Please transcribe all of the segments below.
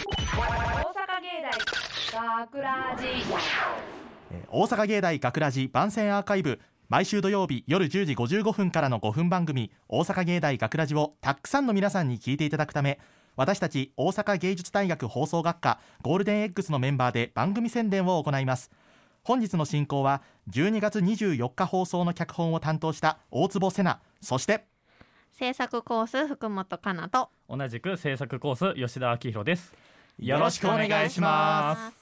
大阪芸大学ラジえー大阪芸大学ラジ番宣アーカイブ毎週土曜日夜10時55分からの5分番組「大阪芸大学ラジをたくさんの皆さんに聞いていただくため私たち大阪芸術大学放送学科ゴールデン X のメンバーで番組宣伝を行います本日の進行は12月24日放送の脚本を担当した大坪瀬奈そして制作コース福本かなと同じく制作コース吉田明宏ですよろしくお願いしますあ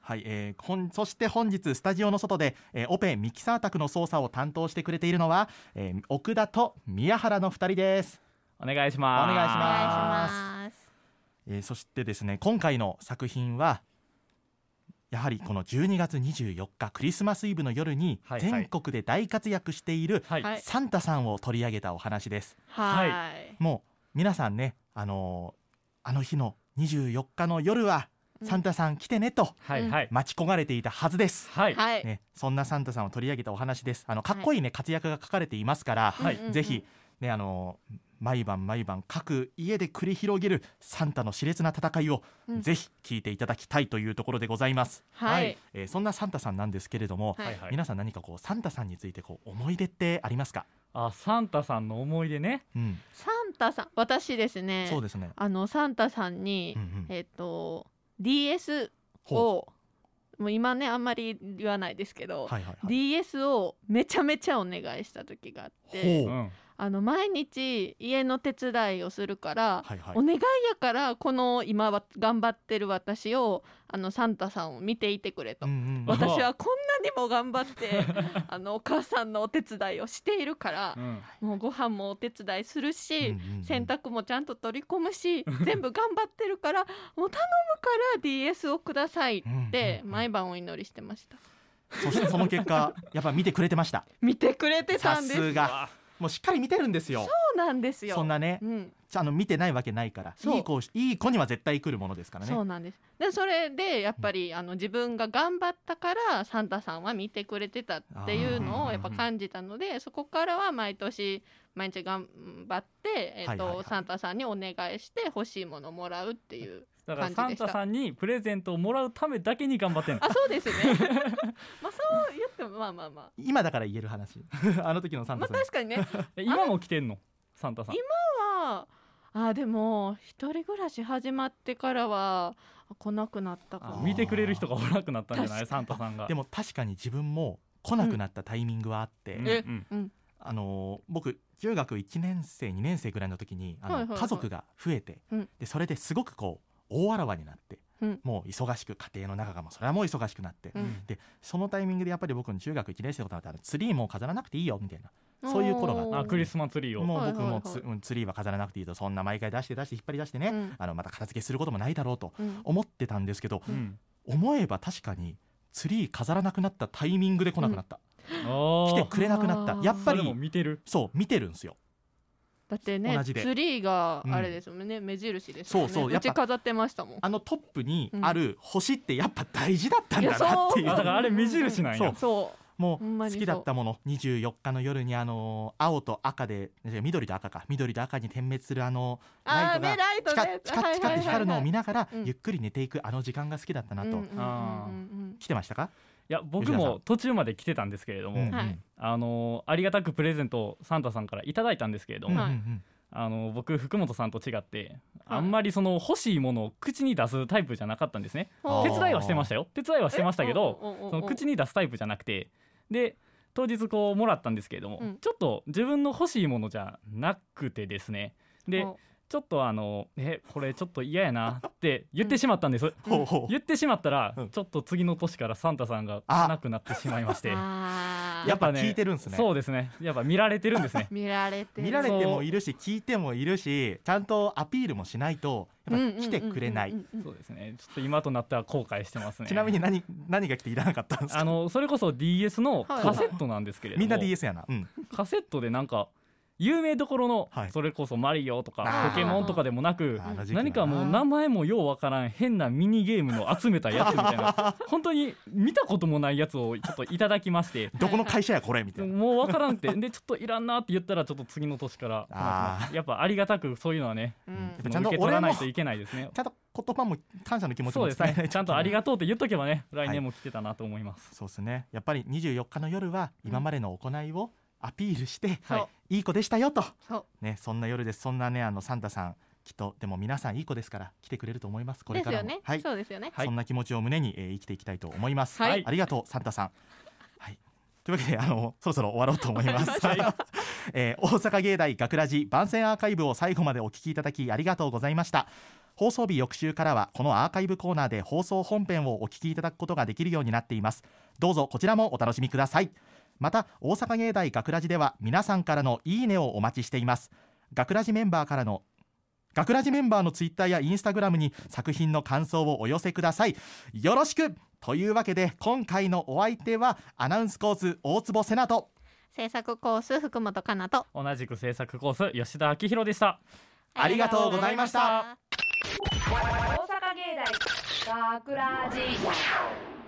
はい、えー、本そして本日スタジオの外で、えーオペミキサー宅の操作を担当してくれているのは、えー奥田と宮原の2人です、お願いしますお願いしお願まいしますえーそしてですね今回の作品はやはりこの12月24日クリスマスイブの夜にはいはい全国で大活躍しているはい、はいサンタさんを取り上げたお話ですはい、もう皆さんねあのーあの日の24日の夜はうんサンタさん来てねとはいはい待ち焦がれていたはずです、はいはいはい、ね、そんなサンタさんを取り上げたお話です。あのかっこいいね、活躍が書かれていますから、はいうんうんうんぜひねあの毎晩毎晩各家で繰り広げるサンタの熾烈な戦いを、うんぜひ聞いていただきたいというところでございます。ははいいえーそんなサンタさんなんですけれども、はいはい皆さん何かこうサンタさんについてこう思い出ってありますか？あサンタさんの思い出ねうん、サンタさん私ですねそうですね。あのサンタさんに、うんうんえっ、と DS ほをもう今ねあんまり言わないですけど、うはいはいはい。 DS をめちゃめちゃお願いした時があってほう、んあの毎日家の手伝いをするから、はいはいお。願いやからこの今は頑張ってる私をあのサンタさんを見ていてくれと、うんうんうんわ私はこんなにも頑張って あのお母さんのお手伝いをしているからう、んもうご飯もお手伝いするし、うんうんうん洗濯もちゃんと取り込むし全部頑張ってるからもう頼むから DS をくださいってうんうんうん毎晩お祈りしてましたそしてその結果やっぱ見てくれてました。 見てくれてたさんですそすうが。もうしっかり見てるんですよ。なんですよそんなねう、んちゃんと見てないわけないからそういい子をいい子には絶対来るものですからねそうなんですでそれでやっぱりあの自分が頑張ったからサンタさんは見てくれてたっていうのをやっぱ感じたのでそこからは毎年毎日頑張って、えっとはいはいはいサンタさんにお願いして欲しいものをもらうっていう だからサ感じでンしたタさんにプレゼントをもらうためだけに頑張ってんのあそう ですねまあそう言ってもまあまあまあ今だから言える話 あの時のサンまタあさん、確かにねえ今も来てんのサンタさんはあでも一人暮らし始まってからは来なくなったかあな見てくれる人がおらなくなったんじゃない確サンタさんがでも、も確かに自分も来なくなったタイミングはあって、うんえうんあのー僕中学1年生2年生ぐらいの時にあの、はいはいはい家族が増えて、うんでそれですごくこう大あらわになって、うんもう忙しく家庭の中がもうそれはもう忙しくなって、うんでそのタイミングでやっぱり僕の中学1年生のことだったらツリーもう飾らなくていいよみたいなそういう頃がおーあクリスマスツリーをもうはい僕もはいツ,、はいうんツリーは飾らなくていいとそんな毎回出して出して引っ張り出してね、うんあのまた片付けすることもないだろうとうん思ってたんですけど、うん、思えば確かにツリー飾らなくなったタイミングで来なくなった、お来ーてくれなくなったあーやっぱそれもり見てるそう見てるんですよだってね同じでツリーがあれですもんね、目印ですもんねそうそうやっぱうち飾ってましたもんあのトップにある星ってやっぱ大事だったんだなっていあういやそだからあれ目印なんそやうそうもうほんま好にそうきだったもの24日の夜にあのー青と赤で違う緑と赤か緑と赤に点滅するあのラあイトーがねライチトカねッチカッチカって光るのを見ながらうんゆっくり寝ていくあの時間が好きだったななとあー来てましたか、いや僕吉田さもん途中まで来てたんですけれども、うんうんはいあのーありがたくプレゼントをサンタさんからいただいたんですけれどうんも、うんはいうんあのー僕福本さんと違って、はいあんまりその欲しいものを口に出すタイプじゃなかったんですねあ手ー伝いはしてましたよ手伝いはしてましたけどどその口に出すタイプじゃなくてで当日こうもらったんですけれども、うんちょっと自分の欲しいものじゃなくてですねでちょっとあの「えこれちょっと嫌やな」って言ってしまったんです、ほうほう言ってしまったら、うんちょっと次の年からサンタさんが来なくなってしまい ましてあーやっぱ聞いてるんですねそうですねやっぱ見られてるんですね見られてる見られてもいるし聞いてもいるしちゃんとアピールもしないとやっぱ来てくれない、うんうんうんうんそうですねちょっと今となっては後悔してますねちなみに何何が来ていらなかったんですかあのそれこそ DS のはいカセットなんですけれどみも、んな DS やな、うんカセットでなんか有名どころの、はいそれこそマリオとあかーポケモンとかでもなくあの時期の何かもうな名前もようわからん変なミニゲームの集めたやつみたい な本当に見たこともないやつをちょっといただきましてどこの会社やこれみたいなもうわか らんってでちょっといらんなって言ったらちょっと次の年からあやっぱありがたくそういうのはねううんやっんぱちゃんともう受け取俺らなもいといけないですねちゃんと言葉も感謝の気持ちそうもです伝えないとねちゃんとありががとうって言っとけばね来年も来てたなと思います、そうですねやっぱり24日の夜は今までの行いをアピールして、そう、はいいい子でしたよとそねそんな夜ですそんなねあのサンタさんきっとでも皆さんいい子ですから来てくれると思いますこうれでかすらよもね、はいそうですよねはいそんな気持ちを胸に、えー生きていきたいと思います。はいありがとうサンタさん。はい。というわけであのそろそろ終わろうと思います。 えー大阪芸大学ラジ番宣アーカイブを最後までお聞きいただきありがとうございました。放送日翌週からはこのアーカイブコーナーで放送本編をお聞きいただくことができるようになっています。どうぞこちらもお楽しみください。また大阪芸大学ラジでは皆さんからのいいねをお待ちしています。学ラジメンバーからの学ラジメンバーのツイッターやインスタグラムに作品の感想をお寄せくださいよろしくというわけで今回のお相手はアナウンスコース大坪瀬名と制作コース福本かなと同じく制作コース吉田明宏でしたありがとうございました大阪芸大学ラジ